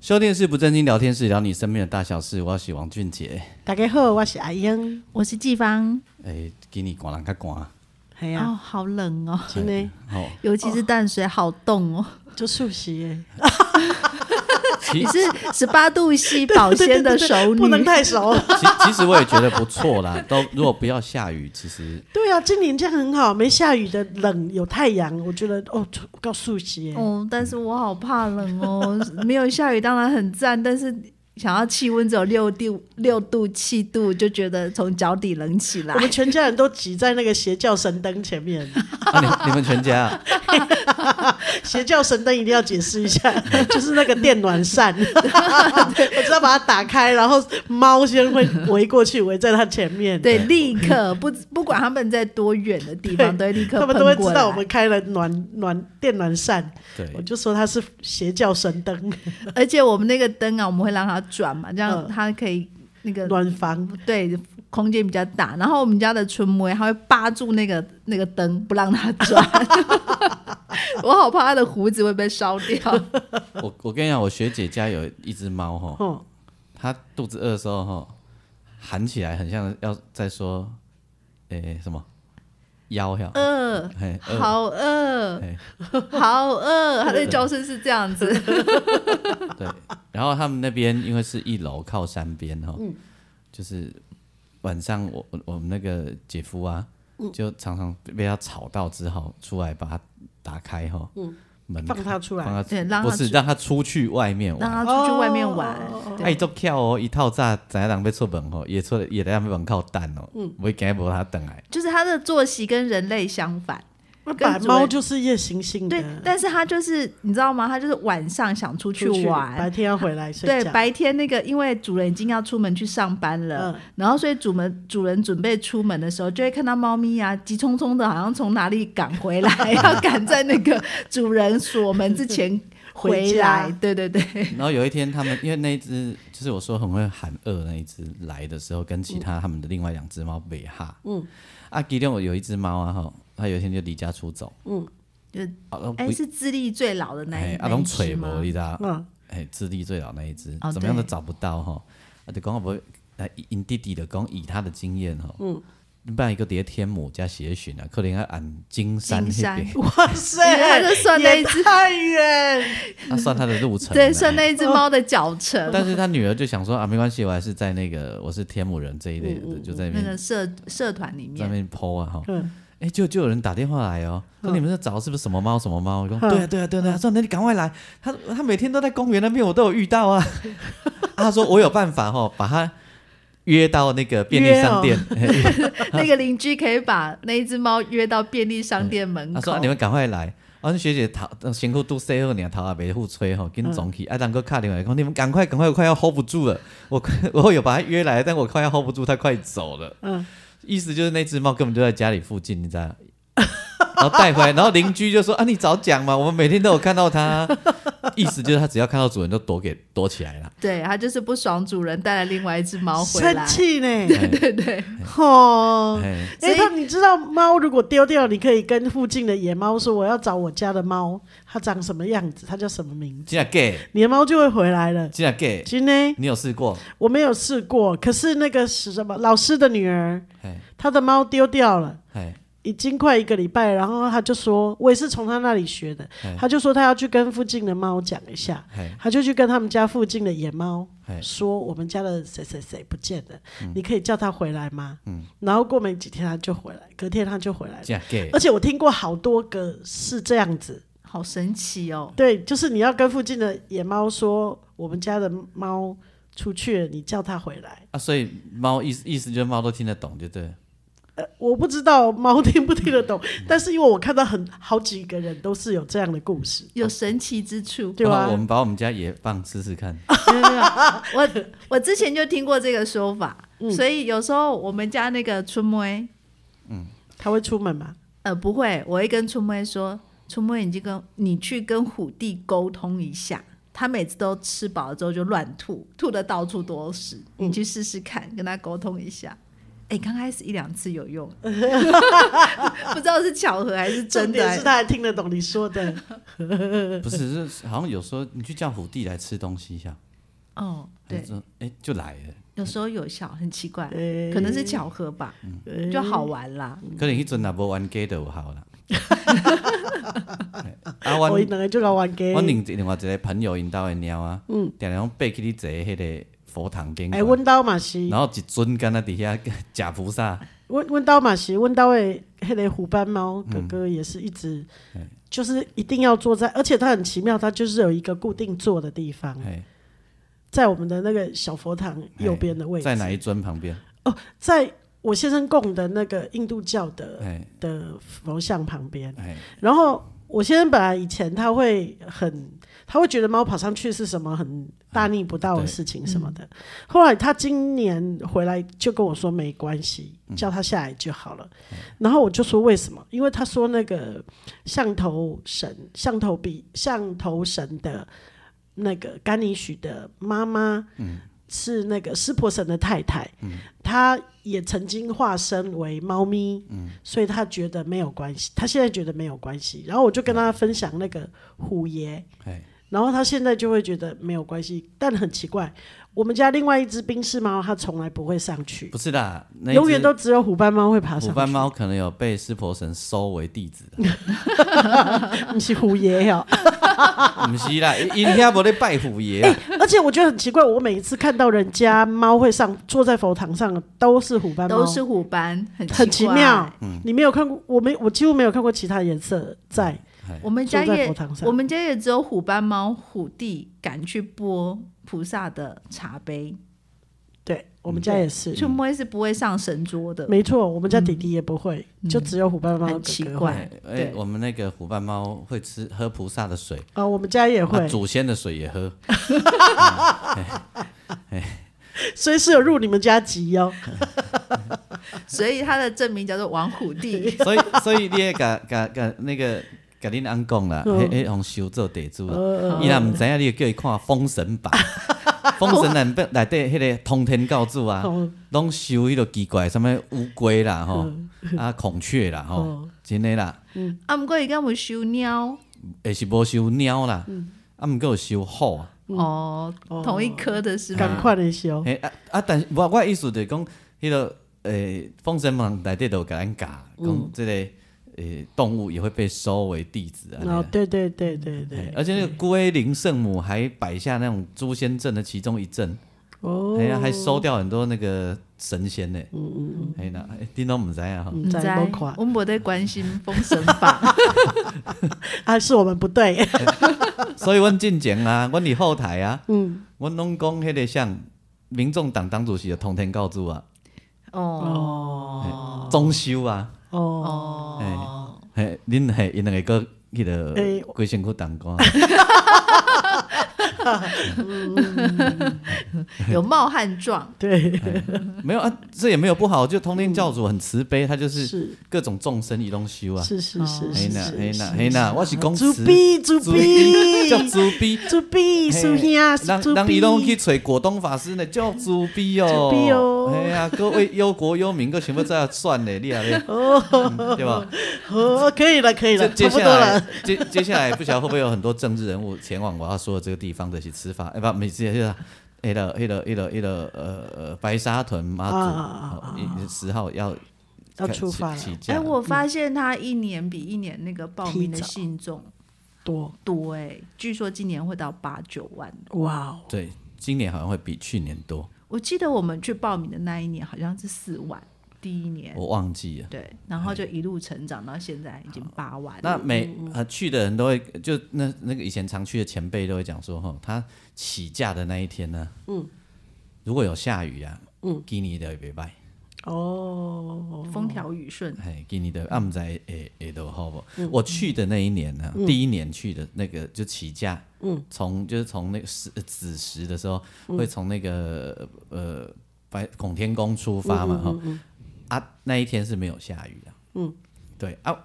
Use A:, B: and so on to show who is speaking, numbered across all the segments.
A: 修电视不正经聊天室，聊你身边的大小事。我是王俊杰。
B: 大家好，我是阿英，
C: 我是季芳。
A: 哎、给你刮人较刮，
B: 系
C: 哦，
B: 啊，
C: 好冷哦，
B: 真的
A: 哦，
C: 尤其是淡水，好冻哦。
B: 就熟悉耶，
A: 其
C: 你是十八度 C 保鲜的熟女
B: 不，能太熟。
A: 其其实我也觉得不错啦。 都如果不要下雨，其实
B: 对啊，今年这样很好，没下雨的冷，有太阳，我觉得哦，够熟悉耶。
C: 哦，但是我好怕冷 哦。没有下雨当然很赞，但是想要气温只有六度、六度、七度，就觉得从脚底冷起来
B: 我。们全家人都挤在那个邪教神灯前面，
A: 啊，你你们全家啊
B: 邪教神灯一定要解释一下，就是那个电暖扇，我只要把它打开，然后猫先会围过去，围在它前面，
C: 对，立刻不不管他们在多远的地方，都会立刻
B: 他们
C: 喷
B: 都会知
C: 过来。
B: 道我们开了暖暖电暖扇，
A: 对
B: 我就说它是邪教神灯
C: 而且我们那个灯啊，我们会让它转嘛，这样
B: 嗯
C: 它可以那个、
B: 暖房，
C: 对空间比较大。然后我们家的春梅，它会扒住那个那个灯不让它转， 我好怕它的胡子会被烧掉。
A: 我我跟你讲，我学姐家有一只猫哈，
B: 哦，
A: 它肚子饿的时候哈，喊起来很像要在说，诶、什么腰呀，
B: 呃
C: 饿，
A: 哎、饿
C: 好饿，
A: 哎
C: 好饿，它的叫声是这样子。
A: 对，然后他们那边因为是一楼靠山边哈，
C: 嗯
A: 就是晚上我我我们那个姐夫啊，
C: 嗯
A: 就常常被他吵到，只好出来把它打开哈，门
B: 放它出来
A: 放
C: 嗯对让它
A: 不是
C: 出
A: 让它出去外面
C: 让
A: 玩。
C: 它出去外面玩。
A: 哎，都跳哦，一套炸，怎样人被出门哦，也出也在门靠蛋哦，
C: 嗯
A: 我会给不他等来，
C: 就是它的作息跟人类相反，
B: 那
C: 跟
B: 把
C: 主
B: 猫
C: 人
B: 就是夜行性
C: 对，
B: 的，
C: 但是它就是你知道吗？它就是晚上想出去
B: 出
C: 玩，
B: 白天要回来
C: 对
B: 睡，觉，
C: 白天那个因为主人已经要出门去上班了，
B: 嗯
C: 然后所以主门主人准备出门的时候，就会看到猫咪啊急匆匆的，好像从哪里赶回来，要赶在那个主人锁门之前
B: 回
C: 回
B: 家
C: 来。对对对，
A: 然后有一天，他们因为那一只就是我说很会喊饿那一只来的时候，跟
C: 嗯
A: 其他他们的另外两只猫北哈，嗯，啊，其中我有一只猫啊哈，它有一天就离家出走，
C: 就
A: 啊，都不
C: 嗯哎是资历最老的那一
A: 哎，啊，
C: 那一
A: 拢
C: 只
A: 揣
C: 吗
A: 无？你知道？
B: 嗯，
A: 哎，智力最老那一只
C: 哦，
A: 怎么样都
C: 对
A: 找不到哈，啊，就讲不，啊，因弟弟的讲以他的经验哈，嗯。不然一个叠天母加协寻啊，可能要按金山
C: 金
A: 那
C: 山
A: 边，
B: 哇塞，
C: 对它就算那一只
B: 也太远，
A: 他算他的路程啊。
C: 对，算那一只猫的脚 程，
A: 但是他女儿就想说啊，没关系，我还是在那个我是天母人这一类的，就在那
C: 嗯那
A: 边
C: 个社社团里
A: 在那
C: 面。
A: 边剖啊哈。
B: 嗯
A: 哎，就就有人打电话来哦，
C: 嗯
A: 说你们在找是不是什么猫什么猫？我说对啊对啊对啊对啊，说那你赶快来，他他每天都在公园那边，我都有遇 到啊。啊他说我有办法哦，把他约到那个便利商店。
C: 哦那个邻居可以把那一只猫约到便利商店门
A: 他
C: 口。
A: 说啊你们赶快来。啊，那学姐头呃辛苦都 say 后，你头啊没互吹吼，跟总去。啊，然后卡电话讲，你们赶快赶快，我快要 hold 不住了。我 快我有把他约来，但我快要 hold 不住，他快走了。
B: 嗯
A: 意思就是那只猫根本就在家里附近，你知道？然后带回来，然后邻居就说：“啊，你早讲嘛，我们每天都有看到它。”意思就是它只要看到主人就躲给躲起来了。
C: 对，它就是不爽主人带来另外一只猫回
B: 生
C: 来。
B: 气呢，
A: 对
C: 对对，
B: 吼。
A: 哎，
B: 哎、
C: 所以
B: 他你知道猫如果丢掉，你可以跟附近的野猫说我要找我家的猫，它长什么样子，它叫什么名字，
A: 竟然 gay，
B: 你的猫就会回来了。
A: 竟然 gay，
B: 今天
A: 你有试过？
B: 我没有试过，可是那个是什么老师的女儿，
A: 哎
B: 她的猫丢掉了。
A: 哎，
B: 已经快一个礼拜，然后她就说，我也是从她那里学的
A: 哎。
B: 她就说她要去跟附近的猫讲一下
A: 哎，
B: 她就去跟他们家附近的野猫
A: 哎嗯
B: 说，我们家的谁谁谁不见了，你可以叫它回来吗？然后过没几天它就回来，隔天它就回来了。
A: 竟然 gay，
B: 而且我听过好多个是这样子，
C: 好神奇哦！
B: 对，就是你要跟附近的野猫说，我们家的猫出去了，你叫它回来。
A: 啊，所以猫意思意思就是猫都听得懂，就对了。
B: 呃，我不知道猫听不听得懂，
A: 嗯
B: 但是因为我看到很好几个人都是有这样的故事，
C: 有神奇之处。
B: 对吧
A: 哦我们把我们家野放试 试看，
C: 没有没有， 我我之前就听过这个说法，
B: 嗯
C: 所以有时候我们家那个春妹，
B: 他会出门吗？
C: 呃，不会，我会跟春妹说，春妹，你就跟你去跟虎弟沟通一下，他每次都吃饱了之后就乱吐，吐的到处都是，
B: 嗯
C: 你去试试看，跟他沟通一下。哎、刚开始一两次 有用，不知道是巧合还是真
B: 重
C: 的
B: 点
C: 还
B: 是他还听得懂你说的，呃
A: 不是，是好像有时候你去叫虎弟来吃东西一下，
C: 哦，
A: 他
C: 对
A: 就，说哎就来了，
C: 有时候有效，很奇怪，可能是巧合吧，就好玩啦。
A: 可能迄阵也无玩 g a 就 好啦。啊，阮
B: 我两个就搞玩给。
A: 阮另另外一个朋友因兜的猫啊，嗯，常常爬去你坐迄个佛堂顶
B: 哎、
A: 看，
B: 阮兜嘛是，
A: 然后一尊敢若伫遐 假菩萨，
B: 阮阮兜嘛是，阮兜的迄个虎斑猫哥哥也是一直，
A: 哎
B: 就是一定要坐在，而且它很奇妙，它就是有一个固定坐的地方，
A: 哎，
B: 在我们的那个小佛堂右边的位置，
A: 在哪一尊旁边？
B: 在我先生供的那个印度教的
A: 哎
B: 的佛像旁边。
A: 哎，
B: 然后我先生本来以前他会很，他会觉得猫跑上去是什么很大逆不道的事情什么的。后来他今年回来就跟我说没关系，叫他下来就好了。然后我就说为什么？因为他说那个象头神、象头比象头神的那个甘尼许的妈妈，是那个湿婆神的太太，她也曾经化身为猫咪，所以她觉得没有关系，她现在觉得没有关系。然后我就跟她分享那个虎爷，
A: 哎，
B: 然后她现在就会觉得没有关系，但很奇怪，我们家另外一只冰室猫，它从来不会上去，
A: 不是啦，那一
B: 永远
A: 只
B: 都只有虎斑猫会爬上
A: 虎
B: 去，
A: 斑猫可能有被湿婆神收为弟子啦，
B: 不是虎爷哦。
A: 毋是啦， 因因遐无咧拜虎爷啊，
B: 而且我觉得很奇怪，我每一次看到人家猫会上坐在佛堂上的都是虎斑猫，
C: 都是虎斑，很
B: 很奇
C: 奇怪
B: 妙。
A: 嗯
B: 你没有看过，我没，我几乎没有看过其他颜色在
C: 我们家
B: 坐在
C: 也
B: 佛堂，上
C: 我们家也只有虎斑猫、虎弟敢去拨菩萨的茶杯，
B: 对我们家也是，
A: 嗯
C: 春妹是不会上神桌的。
B: 没错，我们家弟弟也不会，
A: 嗯
B: 就只有虎斑猫哥哥
C: 很奇
B: 会
C: 怪
A: 哎
C: 对
A: 哎，我们那个虎斑猫会吃喝菩萨的水，
B: 啊，我们家也
A: 啊
B: 会，
A: 祖先的水也喝，
B: 所以是有入你们家籍 哦。
C: 所以它的正名叫做王 虎弟。
A: 所以 所以你也甲甲甲那个甲恁翁讲啦，
B: 嗯
A: 迄迄红修做地主啊啦，伊若毋知影，你就叫伊看《封神 榜》《封神》内内底迄个通天教主啊
B: 哦，
A: 拢收迄个奇怪什物乌龟啦吼， 啊孔雀啦吼
B: 嗯哦，
A: 真诶啦，
C: 啊，不过伊敢有收猫
A: 也是无收猫啦，
B: 嗯
A: 啊毋过有收虎啊。
C: 哦，同一颗的是
B: 赶
C: 吗？
B: 快的修，
A: 嘿啊啊！但是我我的意思就是讲，迄、个呃诶，《封神榜》内底都有甲咱教，讲即、个诶、动物也会被收为弟子啊。
B: 然后对哦对对对
A: 嘿
B: 对，
A: 而且那个龟灵圣母还摆下那种诛仙阵的其中一阵，
B: 哦，
A: 哎呀、还收掉很多那个神仙呢。嗯嗯嗯，哎那哎叮咚唔知啊哈，
B: 嗯，
C: 不知
B: 在某款
C: 我们不在关心《封 神榜》，
B: 啊，是我们不对，
A: 所以阮进前啊，阮伫后台啊，嗯，阮拢讲迄个像民众党党主席的通天教主啊，
C: 哦
A: 哦，中修啊，
B: 哦，
C: 哦
A: 哦。嘿，恁嘿，因两个个迄
B: 诶
A: 个规身躯当官，啊哎
C: 有冒汗 状，
B: 对，
A: 没有啊，这也没有不好，就通天教主很慈悲，他就是
B: 是
A: 各种众生一拢修啊。
B: 是是是
A: 嘿
B: 是
A: 呐嘿
B: 是
A: 呐
B: 是，
A: 嘿呐，我是讲
B: 猪
A: 慈
B: 逼猪
A: 猪
B: 逼
A: 叫猪逼，啊
B: 猪逼
A: 嘿
B: 苏兄，
A: 让
B: 猪
A: 让伊
B: 逼，
A: 拢去找果冻法师呢，叫猪逼哦，
B: 猪逼哦
A: 哎呀，各位忧国忧民，个全部在算呢，你啊咧，嗯 对吧？
B: 哦，可以了可以
A: 接
B: 了，差
A: 接
B: 不
A: 下
B: 多了
A: 来，接接下来不晓得会不会有很多政治人物前往我要说的这个地方的去吃饭，哎不，每次就是。那个、那个、那个、那个，呃呃，白沙屯妈
B: 啊
A: 祖
B: 啊啊啊啊
A: 哦一十号要
B: 要
A: 开
B: 出发了
A: 起起架
C: 哎，
A: 了
C: 我发现他一年比一年那个报名的
B: 提早
C: 信众
B: 多
C: 多哎，据说今年会到八九万。
B: 哇哦，
A: 对，今年好像会比去年多，
C: 我记得我们去报名的那一年好像是四万，第一年
A: 我忘记了。
C: 对，然后就一路成长到现在已经八万。
B: 嗯
A: 那每呃去的人都会，就那那个以前常去的前辈都会讲说，哈，他起驾的那一天呢，嗯，如果有下雨啊，嗯，基尼的也别拜，
B: 哦，
C: 风调雨顺。
A: 哎，给你的啊，姆在诶诶都好不？
B: 嗯
A: 我去的那一年呢、第一年去的那个就起价，嗯，从就是从那个时呃子时的时候，
B: 嗯
A: 会从那个呃白孔天宫出发
B: 嗯
A: 嘛，哈、啊，那一天是没有下雨的，嗯，对啊，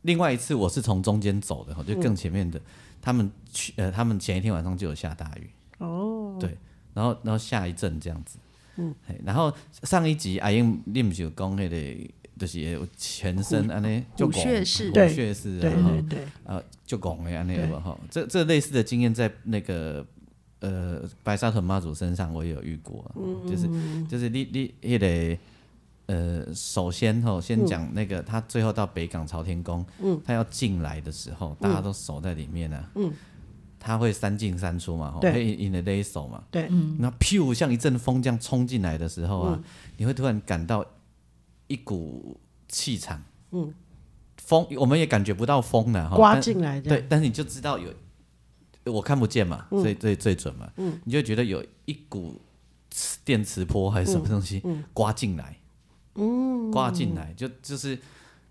A: 另外一次我是从中间走的，哈，哦就更前面的，他们去呃，他们前一天晚上就有下大雨，哦，对，然后然后下一阵这样子。嗯，然后上一集阿英你不是有讲那个，就是有全身安尼就
C: 虎穴式
B: 对
A: 血啊式，
B: 对
A: 然后
B: 对对，
A: 啊就拱了安尼
B: 对
A: 个哈，这这类似的经验在那个呃白沙屯妈祖身上我也有遇过啊，
B: 嗯
A: 就是就是你你你得呃首先吼先
B: 嗯
A: 讲那个他最后到北港朝天宫，他要进来的时
B: 嗯
A: 候，大家都守在里面啊，他会三进三出嘛，吼，
B: 对
A: 会 in the day 守嘛，
B: 对，嗯
A: 那噗像一阵风这样冲进来的时候啊，你会突然感到一股气场，嗯，风我们也感觉不到风了哈，
B: 刮
A: 但
B: 进来的，
A: 对，但是你就知道有，我看不见嘛，最最最准嘛，你就觉得有一股磁电磁波还是什么东西、刮进来，刮进来就就是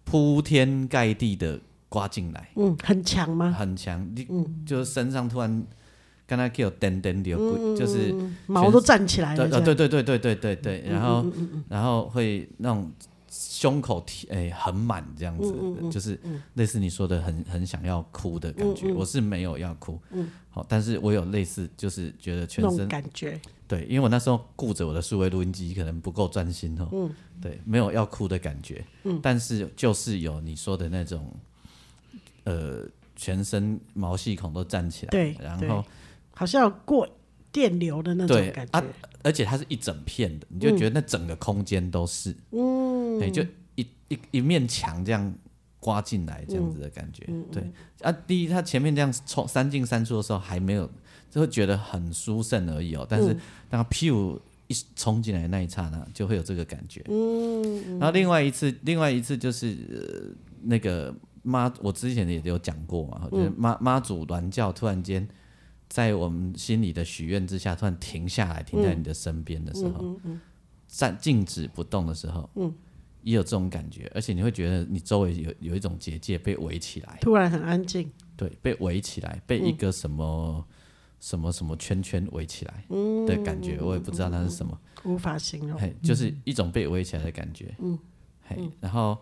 A: 铺天盖地的刮进来，
B: 嗯，很强吗？
A: 很强，你、就是身上突然刚才有噔噔流过，就是
B: 毛都站起来
A: 对
B: 了，
A: 呃
B: 这
A: 对
B: 样嗯
A: 对对对对对对，然后然后会那种胸口提诶很满这样
B: 嗯
A: 子，就是类似你说的很很想要哭的感
B: 嗯
A: 觉。我是没有要哭，好，但是我有类似就是觉得全
B: 那种
A: 身
B: 嗯感觉，
A: 对，因为我那时候顾着我的数位录音机，可能不够专心哦。
B: 嗯
A: 对，没有要哭的感觉，但是就是有你说的那种，呃，全身毛细孔都站起来，
B: 对
A: 然
B: 对
A: 后
B: 好像有过电流的那
A: 对
B: 种感
A: 啊
B: 觉，，
A: 而且它是一整片的，你就觉得那整个空间都是，嗯，哎，就一一一面墙这样刮进来这样子的感觉，对啊，第一，它前面这样冲三进三出的时候还没有，就会觉得很殊胜而已哦，但是当它屁股一冲进来的那一刹那，就会有这个感觉，嗯，然后另外一次，另外一次就是、呃、那个妈，我之前也有讲过嘛，就是妈妈祖銮教突然间。在我们心里的许愿之下，突然停下来，停在你的身边的时候，站静止不动的时候，也有这种感觉，而且你会觉得你周围有有一种结界被围起来，
B: 突然很安静，
A: 对，被围起来，被一个什么、什么什么圈圈围起来的感觉，我也不知道那是什么。
B: 无法形容。
A: 嘿，就是一种被围起来的感觉。嗯，嘿，然后，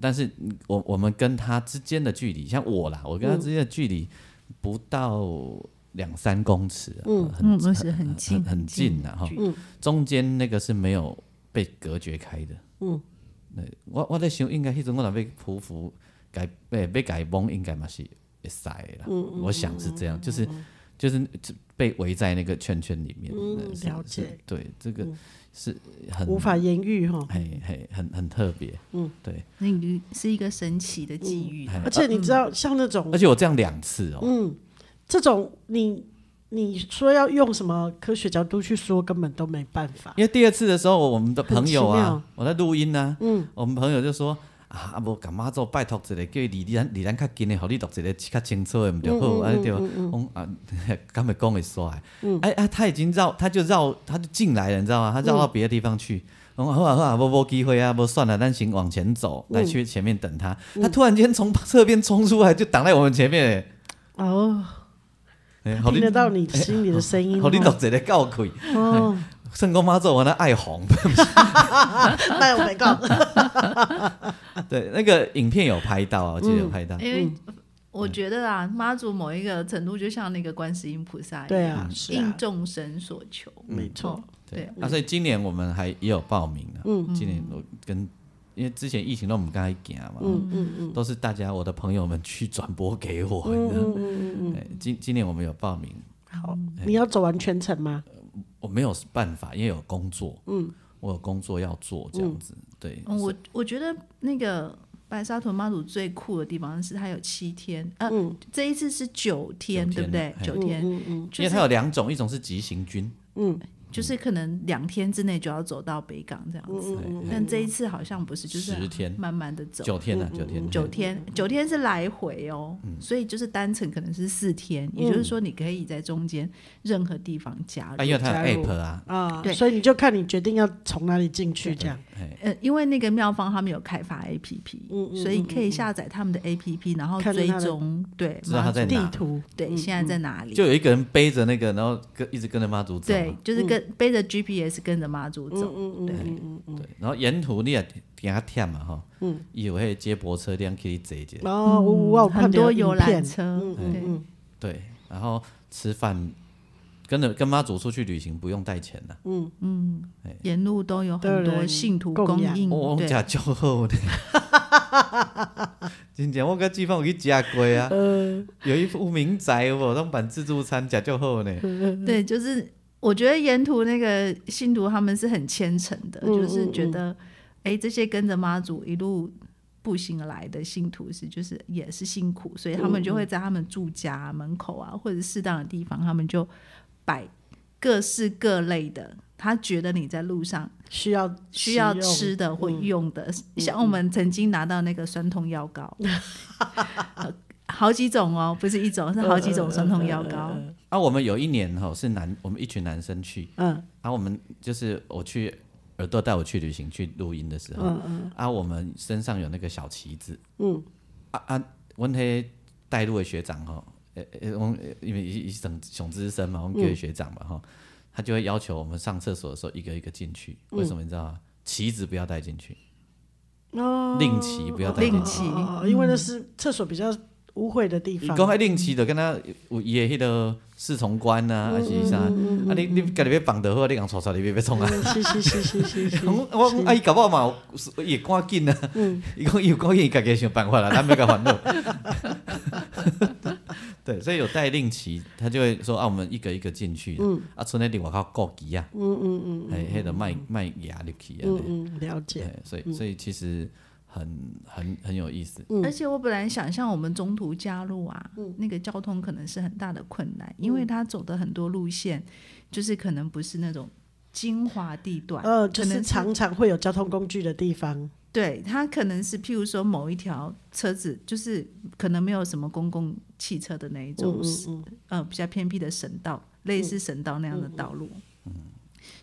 A: 但是嗯我我们跟他之间的距离，像我啦，我跟他之间的距离不到两三公尺啊，嗯，很
C: 嗯，不是很
A: 很
C: 近，
A: 很近啊的哈
C: 距。
A: 中间那个是没有被隔绝开的。嗯，我我在想，应该迄阵我若被匍匐改被被改崩，应该嘛是会使的啦。
B: 嗯
A: 我想是这样，就是就是被围在那个圈圈里面。
B: 嗯
A: 是
B: 了
A: 是
B: 解嗯
A: 对，这个是很
B: 无法言喻哈。
A: 嘿嘿，很很特别。嗯，对。
C: 那是一个神奇的际遇。
A: 嘿
B: 而且你知道，像那种
A: 嗯而且我这样两次哦，
B: 这种，你你说要用什么科学角度去说，根本都没办法。
A: 因为第二次的时候，我们的朋友
B: 很奇
A: 啊
B: 妙，
A: 我在录音呢、嗯，我们朋友就说啊，啊无干妈做拜托一个，叫伊离咱离咱较近的，互你读一个较清楚的，毋
B: 嗯
A: 就好，安尼对吧？讲 啊，敢会讲会煞的，
B: 嗯
A: 哎啊，他已经绕，他就绕，他就进来了，你知道吗？他绕到别的地方去。嗯好啊好啊，无无机会啊，无算了，咱先往前走，
B: 嗯
A: 来去前面等他。他突然间从侧边冲出来，就挡在我们前面。
B: 哦，
A: 哎，好
B: 听
A: 你哎
B: 得到你心里的声音
A: 好你
B: 哦。
A: 读一个教诲，
B: 哦，
A: 圣公妈做完了爱红。
B: 那我没告。
A: 对，那个影片有拍到啊，我记得有拍到。
C: 因为
B: 嗯
C: 我觉得啊，妈祖某一个程度就像那个观世音菩萨一
B: 对
C: 样，
B: 啊，是
C: 应
B: 啊，
C: 众神所求。
B: 没错
C: 哦。对，
A: 啊，所以今年我们还也有报名啊。今年我跟因为之前疫情都我们刚才讲嘛，嗯嗯嗯，都是大家我的朋友们去转播给我，你知道吗？哎今今年我们有报名，
B: 好，
A: 哎
B: 你要走完全程吗？
A: 我没有办法，因为有工作，嗯，我有工作要做这样子，对，
C: 嗯我我觉得那个白沙屯妈祖最酷的地方是它有七天，呃，这一次是九天，
A: 嗯九天哎
C: 对不对
A: 嘿？
C: 九天，
A: 嗯因
C: 就
A: 为
C: 是
A: 它有两种，一种是急行军，
C: 就是可能两天之内就要走到北港这样
A: 嗯
C: 子。但这一次好像不是，就是
A: 哎
C: 嗯
A: 十天
C: 慢慢的走。
A: 九天了，九天，
C: 嗯
A: 嗯
C: 九天，九天是来回哦，所以就是单程可能是四天，也就是说你可以在中间任何地方加
A: 嗯啊，
C: 入。
A: 因为它
B: 加入
A: 有 app 啊，
B: 啊，
C: 对
B: 所以你就看你决定要从哪里进去这样。
A: 哎，
C: 呃，因为那个妙方他们有开发 APP，、所
A: 嗯
C: 以可以下载他们的 APP，然后
B: 看着
C: 追
B: 他的
C: 踪，对，
A: 知道他在
B: 地
A: 哪
B: 图
C: 对、现在在
B: 嗯
C: 哪里？
A: 就有一个人背着那个，然后跟一直跟着妈祖走
C: 对
A: 嘛，，
B: 嗯
C: 就是跟、背着 GPS 跟着妈祖走，对，
A: 对，然后沿途你也给他舔嘛哈，嗯，有会接驳车这样可以坐一下
B: 哦，我我看
C: 嗯很多
B: 到
C: 游
B: 影
C: 览
B: 片嗯
C: 车，对、
A: 对，然后吃饭，跟着跟妈祖出去旅行不用带钱呐，
C: 沿路都有
B: 都有
C: 很多
B: 人
C: 信徒
B: 嗯供
C: 供
B: 养
C: 应，
A: 我哦我
C: 嗯对，
A: 食足好 的，真正我甲志芳有去食过 啊，
C: 嗯
A: 有一户民宅有无，拢办自助餐，食足好呢。
C: 对，就是我觉得沿途那个信徒他们是很虔诚的，
B: 嗯
C: 就是觉得，哎、这些跟着妈祖一路步行来的信徒是，就是也是辛苦，所以他
B: 嗯
C: 们就会在他们住家门口啊，或者适当的地方，他们就摆各式各类的。他觉得你在路上
B: 需要
C: 需
B: 使
C: 要
B: 用
C: 吃的或用的，
B: 嗯
C: 像我们曾经拿到那个酸痛药膏， 好几种哦，不是一种，是好几种酸痛药膏。
A: 啊，我们有一年哈是男，我们一群男生去，
B: 嗯
A: 啊，我们就是我去耳朵带我去旅行去录音的时候，
B: 嗯
A: 啊，我们身上有那个小旗子，嗯，啊啊，阮迄带路的学长吼，呃呃，我因为一整熊资深嘛，我们叫他学长嘛吼，他就会要求我们上厕所的时候一个一个进去，为什么你知道吗？旗子不要带进去，
B: 哦，
A: 令旗不要带进
C: 令
A: 去
C: 旗。
B: 哦，因为那是厕所比较污秽的地
A: 伊
B: 方
A: 讲。迄令旗就敢若有伊的迄个侍从官
B: 嗯
A: 啊，还是啥？啊你你家己要放得好，你讲错错，你要 要创啊？
B: 是是是是是是，
A: 我我讲啊，伊搞不好嘛，伊会赶紧啊。
B: 嗯
A: 伊讲伊有赶紧，伊家己想办法啦，咱别甲烦恼。 对，所以有带令旗，他就会说啊，我们一个一个进去啊，
B: 嗯
A: 啊，剩那伫外口顾旗啊，嗯嗯嗯，哎，迄个卖卖牙入去啊，
B: 嗯嗯，了解。
A: 哎，所以所以其实很很很有意思，
B: 嗯
C: 而且我本来想象我们中途加入啊，那个交通可能是很大的困难，
B: 嗯
C: 因为他走的很多路线就是可能不是那种精华地段，
B: 呃，就
C: 可
B: 是
C: 能
B: 常常会有交通工具的地方，
C: 对他可能是譬如说某一条车子就是可能没有什么公共汽车的那一种，
B: 嗯
C: 呃，比较偏僻的省道，类似省道那样的道路。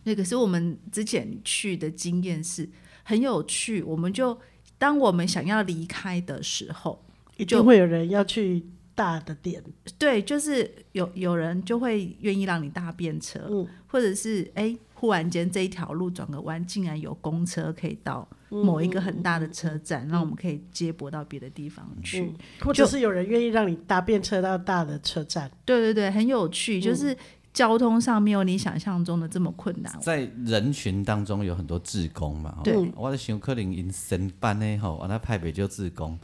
C: 对，可是我们之前去的经验是很有趣，我们就当我们想要离开的时候。
B: 一定会有人要去大的点。
C: 对，就是有有人就会愿意让你搭便车，或者是哎、诶忽然间这一条路转个弯，竟然有公车可以到某一个很大的车站，让我们可以接驳到别的地方去。
B: 或者是有人愿意让你搭便车到大的车站，
C: 对对对，很有趣，就是交通上没有你想象中的这么困难。
A: 在人群当中有很多志工嘛，吼
C: 对
A: 我在想可能因神班的吼，啊，那派别就志工，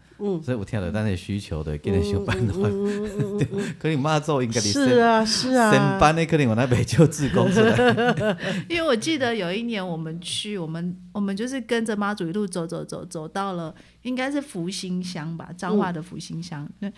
A: 所以有听到咱的需求的，跟你想办法， 对可能妈祖应该
B: 是啊是
A: 神
B: 啊，
A: 班的可能我那北就自工出来，
C: 因为我记得有一年我们去，我们我们就是跟着妈祖一路走走走走到了，应该是福兴乡吧，彰化的福兴乡。对，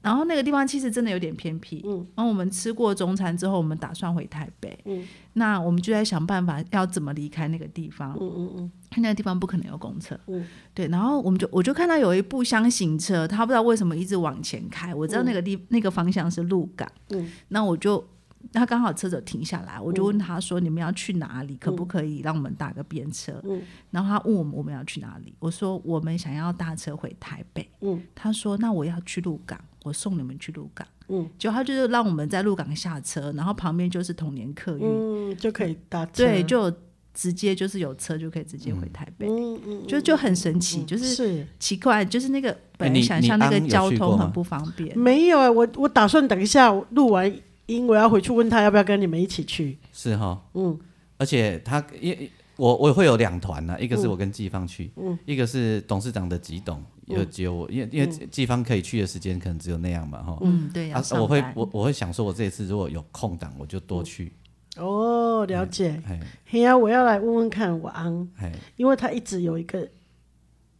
C: 然后那个地方其实真的有点偏僻。嗯，然后我们吃过中餐之后，我们打算回台北。嗯，那我们就在想办法要怎么离开那个地方。嗯嗯嗯。那个地方不可能有公车，嗯，对，然后我们就我就看到有一部箱型车，他不知道为什么一直往前开，我知道那个地、那个方向是鹿港，嗯，那我就他刚好车子有停下来，
B: 嗯
C: 我就问他说：“你们要去哪里？可不可以让我们搭个便车？”
B: 嗯
C: 然后他问我们我们要去哪里，我说我们想要搭车回台北。
B: 嗯
C: 他说那我要去鹿港，我送你们去鹿港。嗯，就他就是让我们在鹿港下车，然后旁边就是童年客运，
B: 嗯，就可以搭车。
C: 对，就有直接就是有车就可以直接回台北，
B: 嗯嗯，
C: 就就很神奇，就是
B: 是
C: 奇怪，就是那个本来
A: 哎你
C: 想象那个
A: 你安有
C: 交
A: 去过
C: 通
A: 吗
C: 很不方便。
B: 没有啊，我我打算等一下录完音，我要回去问他要不要跟你们一起去。
A: 是哈，嗯，而且他因我我会有两团啊呢，一个是我跟季芳去，一个是董事长的吉董有接我，因为因为季芳可以去的时间可能只有那样嘛，哈，
C: 嗯，对呀、
A: 啊
C: 要，上
A: 我会
C: 班
A: 我我会想说，我这一次如果有空档，我就多去，
B: 哦，了解。
A: 哎
B: 嘿呀、我要来问问看我昂，
A: 哎，
B: 因为他一直有一个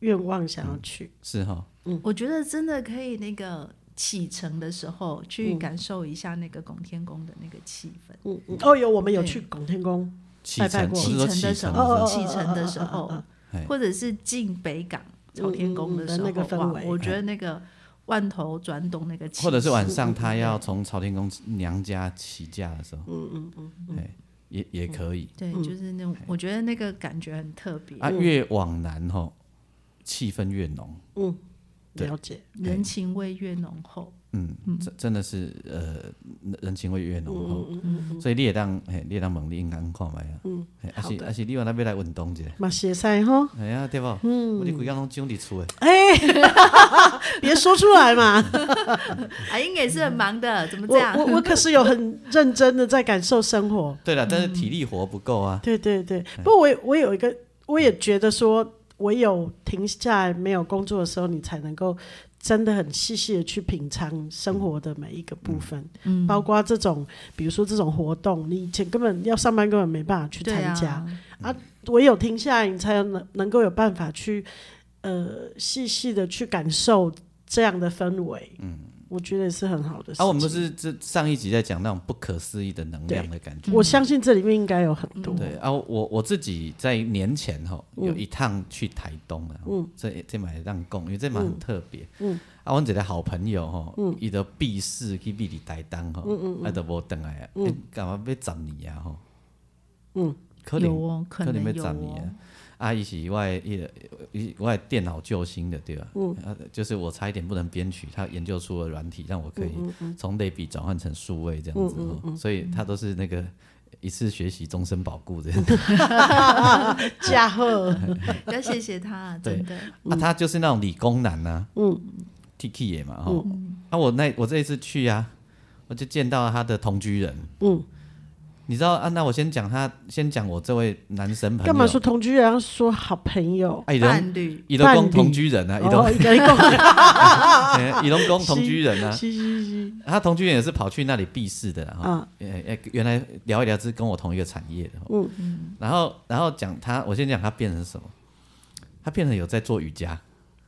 B: 愿望想要去。
A: 是哈，
C: 我觉得真的可以那个启程的时候去感受一下那个拱天宫的那个气氛。
B: 嗯嗯哦，有我们有去拱天宫，
A: 启
B: 拜拜
A: 程，
B: 过
A: 我
C: 启
A: 是说
C: 程
A: 启
C: 的时
A: 程
B: 哦哦
C: 候，
B: 哦
A: 的时候
C: 启程的时候
B: 哦哦哦哦，
A: 哎
C: 或者是进北港朝天宫的
B: 嗯
C: 时
B: 嗯嗯的那个
C: 候，
B: 氛围
C: 哇，我觉得那个万头转动那个气势，
A: 或者是晚上他要从朝天宫娘家起驾的时候，嗯嗯嗯，哎，也也可以
C: 对，就是那种，我觉得那个感觉很特别，
A: 啊。越往南吼，气氛越浓，对
B: 了解。
C: 人情味越浓厚。
A: 嗯，真真的是呃，人情味越浓厚，所以你也当哎，你也当猛力应该看卖啊，嗯，而且而且你往那边来运动一下，
B: 马歇赛 哈，
A: 哎呀，对不？嗯，你规工拢整伫厝诶，
B: 哎， 别说出来嘛！
C: 阿英也是很忙的，怎么这
B: 我
C: 样？
B: 我我可是有很认真的在感受生活。
A: 对了，但是体力活不够啊，
B: 对对对，不过我也我有一个，我也觉得说，我有停下来没有工作的时候，你才能够真的很细细的去品尝生活的每一个部分，嗯，包括这种，比如说这种活动，你以前根本要上班根本没办法去
C: 对
B: 参
C: 啊，
B: 加，唯有停下来，你才能能够有办法去呃细细的去感受这样的氛围，嗯，我觉得是很好的事情。
A: 啊，我们不是这上一集在讲那种不可思议的能量的感觉。
B: 我相信这里面应该有很多，
A: 对啊，我我自己在年前吼有一趟去台东啊，嗯，这这买让供，因为这嘛很特别，嗯，啊，阮一个好朋友吼，伊就避世去避伫台东吼，啊，就无回来啊，诶干嘛要十年啊吼，嗯，可
C: 有
A: 能
C: 哦，可
A: 能
C: 能
A: 要
C: 有
A: 十年
C: 哦
A: 啊，，啊，伊是我的伊的伊我的电脑救星的对吧？嗯，啊，就是我差一点不能编曲，他研究出了软体，让我可以从类比转换成数位这样子，哦所以他都是那个一次学习终身保固这样子。
B: 加贺，
C: 要谢谢他，
A: 对
C: 真的。
A: 啊，他就是那种理工男呐、嗯，Tiki 也嘛，哈、啊，我那我这一次去啊，我就见到他的同居人，嗯，你知道啊？那我先讲他，先讲我这位男神朋友，
B: 干嘛说同居人要说好朋友？
A: 啊？伊拢
C: 伴侣，
A: 伊拢
B: 伴
A: 讲
B: 侣
A: 同居人 啊，伊
B: 哦，
A: 拢
B: 一个一个，
A: 伊拢讲同居人啊，
B: 嘻嘻嘻，
A: 他同居人也是跑去那里避世的啦，哈
B: 啊，
A: 呃、呃原来聊一聊是跟我同一个产业的，嗯嗯，然后然后讲他，我先讲他变成什么，他变成有在做瑜伽，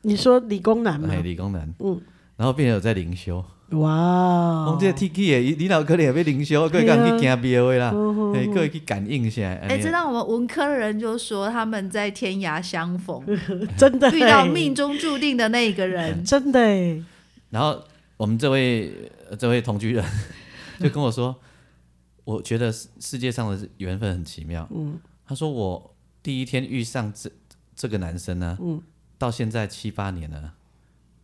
B: 你说理工男吗
A: 哎，？理工男，嗯，然后变成有在灵修。
B: 哇
A: 我
B: 哦
A: 们，这个 Tiki 的，伊你老可能也要灵修，各会讲去惊庙的啦，嘿，各会去感应一下。
C: 哎、
A: 安尼啊
C: 这让我们文科的人就说他们在天涯相 逢，
B: 真的
C: 遇到
B: 欸
C: 命，中注定的那一个人。
B: 真的欸
A: 然后我们这位呃这位同居人 就跟我说，我觉得世世界上的缘分很奇妙。嗯，他说我第一天遇上这这个男生呢，嗯，到现在七八年了，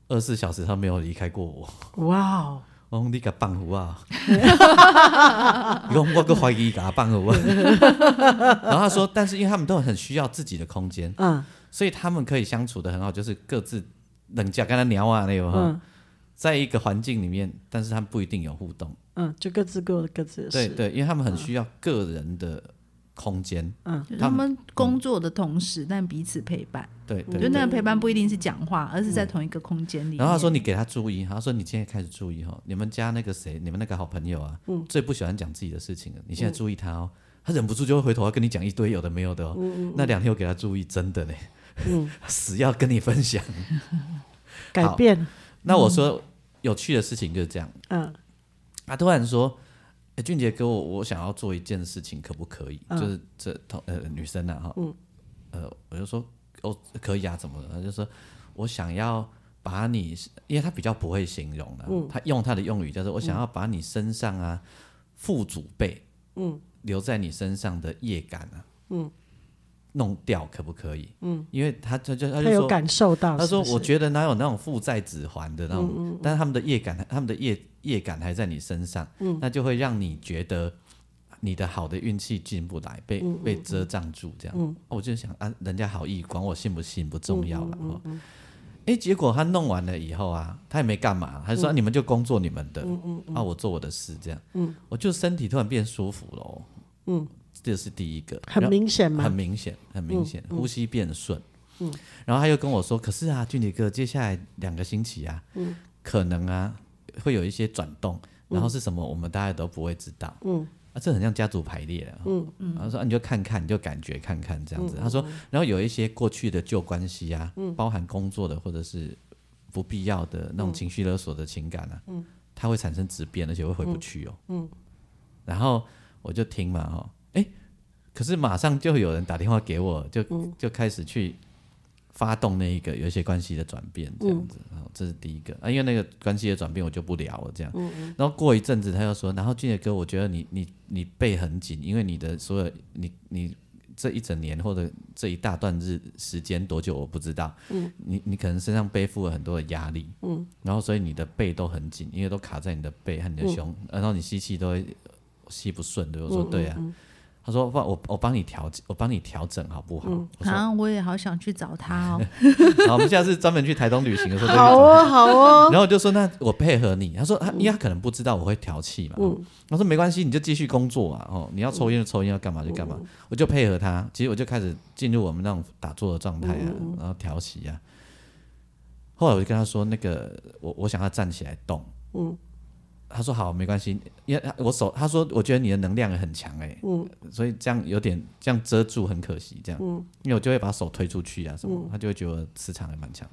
A: 二十四小时他没有离开过我。
B: 哇哦，
A: 我讲你甲放虎啊！伊讲我个怀疑甲放虎啊！然后他说，但是因为他们都很需要自己的空间，
B: 嗯
A: 所以他们可以相处的很好，就是各自冷架跟他聊啊那有哈，
B: 嗯
A: 在一个环境里面，但是他们不一定有互动。
B: 嗯，就各自各各自的
A: 对
B: 事，
A: 对，因为他们很需要个人的空间。
C: 就是
A: 他
C: 他
A: 们
C: 们工作的同时，但彼此陪伴。
A: 对
B: 嗯
C: 我
A: 对嗯
C: 觉得那个陪伴不一定是讲话，而是在同一个空间里面。
A: 然后他说你给他注意，他说你现在开始注意哈、你们家那个谁，你们那个好朋友啊，最不喜欢讲自己的事情了，你现在注意他哦。他忍不住就会回头要跟你讲一堆有的没有的哦。那两天我给他注意，真的嘞， 死要跟你分享。
B: 改变，
A: 那我说、有趣的事情就是这样，
B: 嗯
A: 他啊突然说：“哎、俊杰哥，我我想要做一件事情，可不可以？”就是这同呃女生啊哈，呃，我就说：“哦，可以啊，怎么了？”他就说：“我想要把你，因为他比较不会形容了、他用他的用语叫做‘我想要把你身上啊父祖辈，嗯，留在你身上的业感啊，嗯，弄掉可不可以？嗯，因为他他就他
B: 他
A: 就说
B: 有感受到
A: 他
B: 是
A: 说
B: 不：“是，嗯
A: 我觉得哪有那种父债子还的那种，但是他们的业感，他们的业业感还在你身上，
B: 嗯
A: 那就会让你觉得你的好的运气进不来，被、
B: 嗯
A: 被遮障住这样。啊我就想啊，人家好意，管我信不信不重要
B: 嗯
A: 了。哦诶，结果他弄完了以后啊，他也没干嘛，
B: 嗯
A: 他就说、啊你们就工作你们的，啊，我做我的事这样。
B: 嗯
A: 我就身体突然变舒服了、哦。这是第一个，
B: 很明显
A: 很
B: 嘛，
A: 明显，很明显，呼吸变顺。然后他又跟我说，可是啊，俊杰哥，接下来两个星期啊，可能啊会有一些转动，然后是什么，我们大家都不会知道。嗯。啊，这很像家族排列了。嗯嗯。然后说、啊、你就看看，你就感觉看看这样子。他说，然后有一些过去的旧关系啊，包含工作的或者是不必要的那种情绪勒索的情感啊，它会产生质变，而且会回不去哦，然后我就听嘛，哦，哎，可是马上就有人打电话给我，就就开始去发动那一个有一些关系的转变，这样子，然后这是第一个啊，因为那个关系的转变我就不聊了，这样，然后过一阵子他又说，然后俊杰哥，我觉得你你你背很紧，因为你的所有你你这一整年或者这一大段日时间多久我不知道，你你可能身上背负了很多的压力，嗯，然后所以你的背都很紧，因为都卡在你的背和你的胸，然后你吸气都会吸不顺，对我说对啊，他说哇我我帮你调我帮你调整好不好？我说
C: 啊，我也好想去找他 哦。
A: 好，我们下次专门去台东旅行的时候再去
B: 好
A: 找
B: 哦，好哦，
A: 然后我就说那我配合你，他说他因为他可能不知道我会调气嘛，我说没关系，你就继续工作啊，哦，你要抽烟就抽烟，要干嘛就干嘛，我就配合他。其实我就开始进入我们那种打坐的状态啊，然后调息啊。后来我就跟他说，那个我我想要站起来动，嗯，他说好，没关系，因为他我手他说我觉得你的能量也很强哎、嗯，所以这样有点这样遮住很可惜，这样，因为我就会把手推出去啊什么，他就会觉得我磁场也蛮强。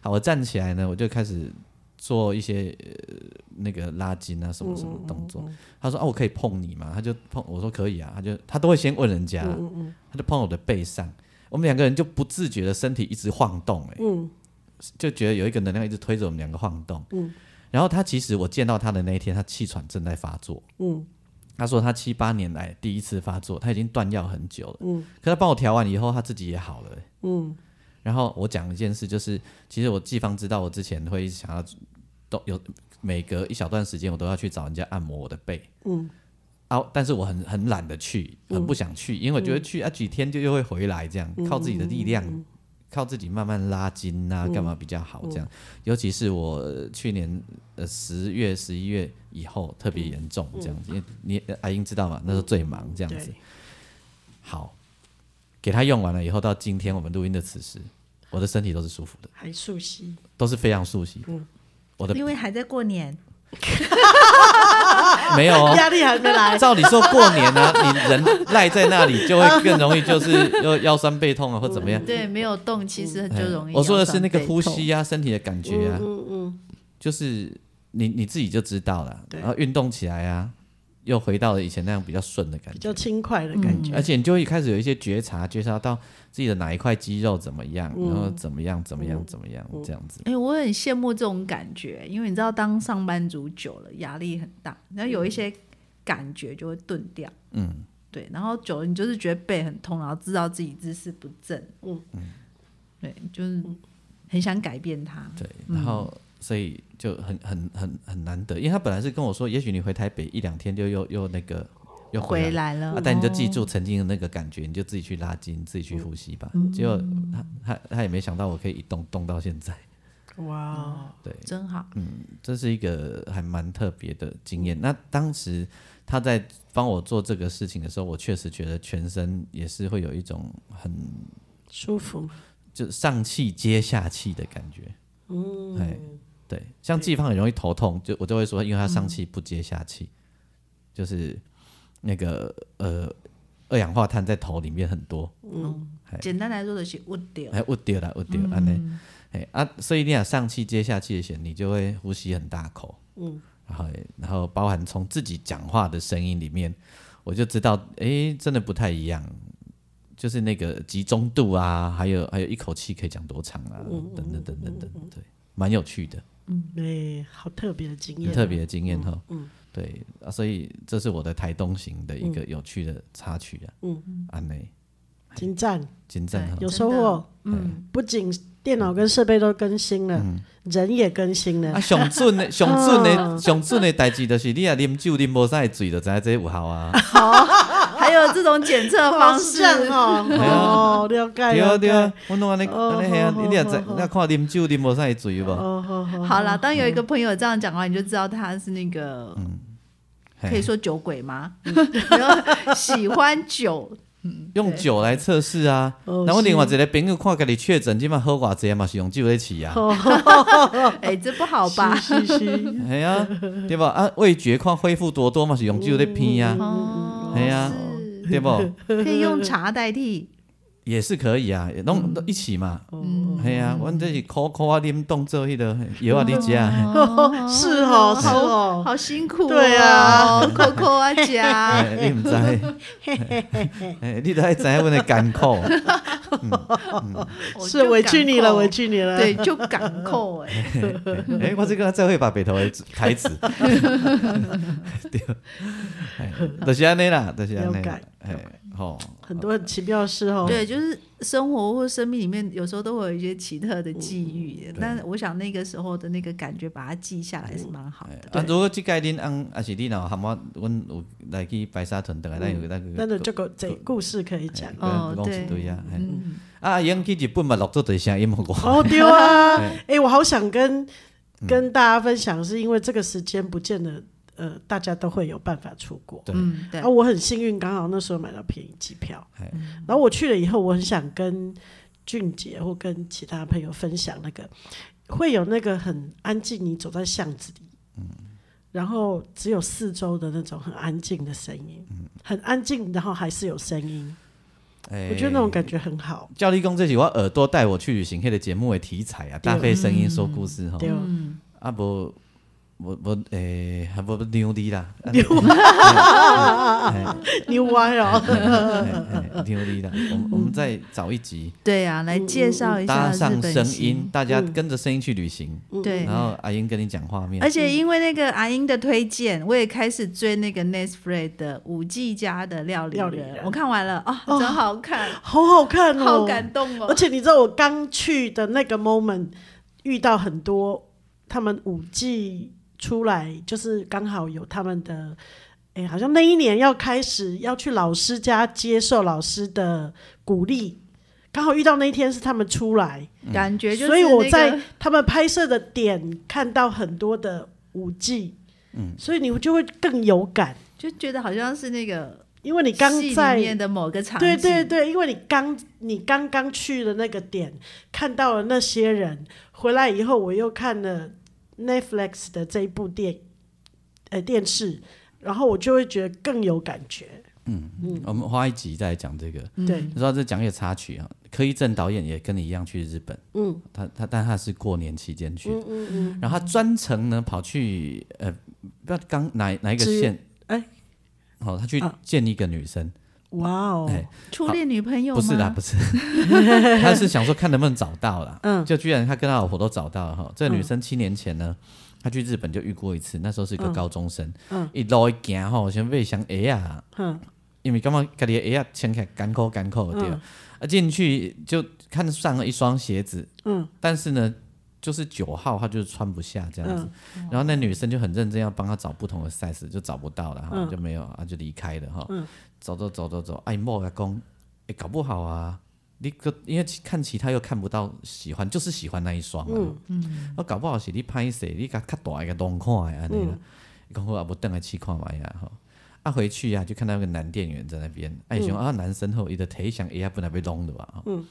A: 好，我站起来呢，我就开始做一些、呃、那个拉筋啊，什么什么动作。他说：“啊，我可以碰你吗？”他就碰，我说：“可以啊。”他就他都会先问人家，他就碰我的背上，我们两个人就不自觉的身体一直晃动、欸，就觉得有一个能量一直推着我们两个晃动，然后他其实我见到他的那一天，他气喘正在发作，他说他七八年来第一次发作，他已经断药很久了，可他帮我调完以后，他自己也好了、欸然后我讲一件事，就是其实我季芳知道我之前会想要都有每隔一小段时间，我都要去找人家按摩我的背，嗯，啊，但是我很很懒得去，很不想去，因为我觉得去啊几天就又会回来，这样靠自己的力量。靠自己慢慢拉筋啊，干嘛比较好？这样，尤其是我呃去年呃十月、十一月以后特别严重，这样子，因为你呃阿英知道嘛，那时候最忙，这样子
B: 对。
A: 好，给他用完了以后，到今天我们录音的此时，我的身体都是舒服的，
B: 还熟悉，嗯
A: 都是非常熟悉的。我的
C: 因为还在过年，
A: 没有、哦，
B: 压力还没来，
A: 照理说过年呢、你人赖在那里就会更容易 就是又腰酸背痛啊，或怎么样。
B: 嗯
C: 对，没有动，其实
A: 哎
C: 就容易。
A: 我说的是那个呼，吸啊，身体的感觉
B: 嗯
A: 啊，就是你你自己就知道了。
B: 对
A: 然后运动起来啊，又回到了以前那样比较顺的感
B: 比
A: 觉嗯
B: 较。轻快的感觉。
A: 而且你就会开始有一些觉察，觉察到自己的哪一块肌肉怎么样，
B: 嗯
A: 然后怎么样怎么样怎么样这样子。
C: 哎、我很羡慕这种感觉，因为你知道，当上班族久了，压力很大，然后
A: 嗯
C: 有一些感觉就会钝掉。嗯，对，然后久了，你就是觉得背很痛，然后知道自己姿势不正。嗯对，就是
B: 嗯
C: 很想改变它。
A: 对，然后所以就很很很很难得，因为他本来是跟我说，也许你回台北一两天就又又那个又
C: 回
A: 回来。
C: 来了哦
A: 啊，，但你就记住曾经的那个感觉，你就自己去拉筋，自己去呼吸吧。结果他他他也没想到我可以一动动到现在，
B: 哇，
A: 对，
C: 真好。
A: 哎这是一个还蛮特别的经验。那当时他在帮我做这个事情的时候，我确实觉得全身也是会有一种很
B: 舒服，
A: 就上气接下气的感觉。嗯，哎，对，像季芳很容易头痛，就我就会说，因为他上气不接下气，就是那个呃二氧化碳在头里面很多，
C: 简单来说就是误掉。
A: 哎，误丢了，误丢，安内，哎啊，所以你想上气接下气的时候，你就会呼吸很大口，嗯，然后然后包含从自己讲话的声音里面，我就知道，哎，真的不太一样，就是那个集中度啊，还有还有一口气可以讲多长啊，等等等等等，对，蛮有趣的，
B: 对，好特别的经
A: 很
B: 验，
A: 特别的经验哈，嗯，对啊，所以这是我的台东行的一个有趣的插曲啊，嗯，安内，
B: 精湛，
A: 金赞哈，
B: 有收获。嗯，不仅电脑跟设备都更新了，
A: 嗯
B: 人也更新了
A: 啊，。上准的、上准的、上准的代志，就是你啊，啉酒啉无啥会醉，就知影这有效啊。
C: 还有这种检测方
B: 哦是
C: 式
B: 这，样
A: 哎
B: 哦，哦，了解
A: 对啊
B: 了
A: 对啊
B: 解。，
A: 我拢安尼安尼嘿啊，你也知，你也看啉酒啉无啥会醉无？
B: 哦，好好，
C: 好
A: 嗯
C: 啦，当有一个朋友这样讲话，你就知道他是那个、
A: 嘿
C: 可以说酒鬼吗？ 然后喜欢酒，
A: 用酒来测试啊。
B: 哦
A: 然后另外一个朋友看家己确诊，即嘛喝偌济嘛是用酒来饲啊。
C: 哎、这不好吧？
B: 嘻嘻，
A: 系啊，对吧？啊，味觉看恢复多多嘛
B: 嗯
A: 是用酒来偏啊，
C: 哦，
A: 系啊，
C: 是
A: 对不？
C: 可以用茶代替，
A: 也是可以啊，弄弄一起嘛。嗯，系啊，阮这是苦苦啊，啉冻做迄个药啊，你食。
B: 是 哦，是哦，
C: 好辛苦、哦，
B: 对啊
C: 扣扣啊 夹，
A: 哎，你毋知，哎，你都爱知影阮的 艰苦，
C: 我
B: 是
C: 就
B: 委屈你了，
C: 赶扣
B: 委，屈你了。
C: 对，哦就港扣哎、
A: 哎，我这个再会把白头的 台词，对，哎，就是安尼啦，就是安
B: 了
A: 尼
B: 解
A: 啦，哎，吼，
B: 很多很奇妙的事 哦。
C: 对，就是生活或生命里面有时候都会有一些奇特的际遇，
B: 嗯
C: 但我想那个时候的那个感觉，把它记下来是蛮好的。
A: 啊，如果即届恁翁，还是你若喊我，阮有来去白沙屯，大概咱有咱
B: 那嗯就嗯这
A: 个。
B: 个这故事可以讲。
C: 哦
A: 讲一
C: 对
A: 堆啊，哎啊，阿英去日本嘛，录做对声音互我。
B: 哦，丢啊！哎、我好想跟跟大家分享，是因为这个时间不见得，呃，大家都会有办法出国。
A: 对
C: 嗯，对
B: 啊，，我很幸运，刚好那时候买到便宜机票
A: 嘿。
B: 然后我去了以后，我很想跟俊杰或跟其他朋友分享那个，会有那个很安静，你走在巷子里，然后只有四周的那种很安静的声音，很安静，然后还是有声音，
A: 哎
B: 我觉得那种感觉很好。
A: 教力工这是我耳朵带我去旅行迄个节目的题材啊，搭配声音说故事吼
B: 对。哦，
A: 啊无无无诶，还无牛你啦， 啊
B: 你歪哦，
A: 牛你啦。我们我们再找一集，
C: 对啊，来介绍一下
A: 搭
C: 日
A: 上
C: 本
A: 声
C: 行嗯
A: 音，，大家跟着声音去旅行，
B: 嗯
C: 对
A: 然。后阿英跟你讲画面
C: 而。且因为那个阿英的推荐，我也开始追那个 Netflix 的五 G 家的料理
B: 料
C: 人，
B: 理人哦
C: 我看完了啊、真好看，
B: 好好看哦，
C: 好感动
B: 而
C: 哦。
B: 且你知道我刚去的那个 moment 遇到很多他们五 G 出来，就是刚好有他们的，哎、好像那一年要开始要去老师家接受老师的鼓励，刚好遇到那一天是他们出来，
C: 感觉就是、
B: 嗯所
C: 那
B: 以
C: 个，
B: 我在他们拍摄的点看到很多的五 G，嗯，所以你就会更有感，
C: 就觉得好像是那个
B: 因为你刚
C: 戏
B: 在
C: 里面的某个场景，
B: 对对对，因为你刚你刚刚去的那个点，看到了那些人，回来以后我又看了 Netflix 的这一部电，呃电视，然后我就会觉得更有感觉。
A: 我们花一集再来讲这个。
C: 嗯
B: 对，
A: 你知道这讲一个插曲啊，柯一正导演也跟你一样去日本，嗯，他他但他是过年期间去，嗯嗯嗯，然后他专程呢跑去呃，不知道刚哪哪一个
B: 只
A: 县，
B: 哎，
A: 好、他去
B: 啊
A: 见一个女生，
B: 哇哦，
A: 哎
C: 初恋女朋友
A: 不是
C: 吗
A: 啦，不是， 他是想说看能不能找到啦。嗯，就居然他跟他老婆都找到了哈。这个女生七年前呢，她去日本就遇过一次，那时候是一个高中生，嗯，一路一行吼，想被想鞋啊，
B: 嗯，
A: 因为感觉家己的鞋啊穿起来干扣干扣的对吧，啊进去就看上了一双鞋子，嗯，但是呢。就是九号，她就是穿不下这样子，然后那女生就很认真要帮她找不同的 size，就找不到了，哈、就没有啊，就离开了哈。走走走走走，哎、啊，莫来讲，哎、搞不好啊，你个因为其看其他又看不到喜欢，就是喜欢那一双、啊。嗯嗯，我搞不好是你拍摄，你甲较大一个弄看的安尼啦。讲好啊，无等来试看卖啊吼。啊，回去啊，就看到一个男店员在那边，哎、想、啊，男生后伊的腿想哎呀，本来被弄的吧。嗯。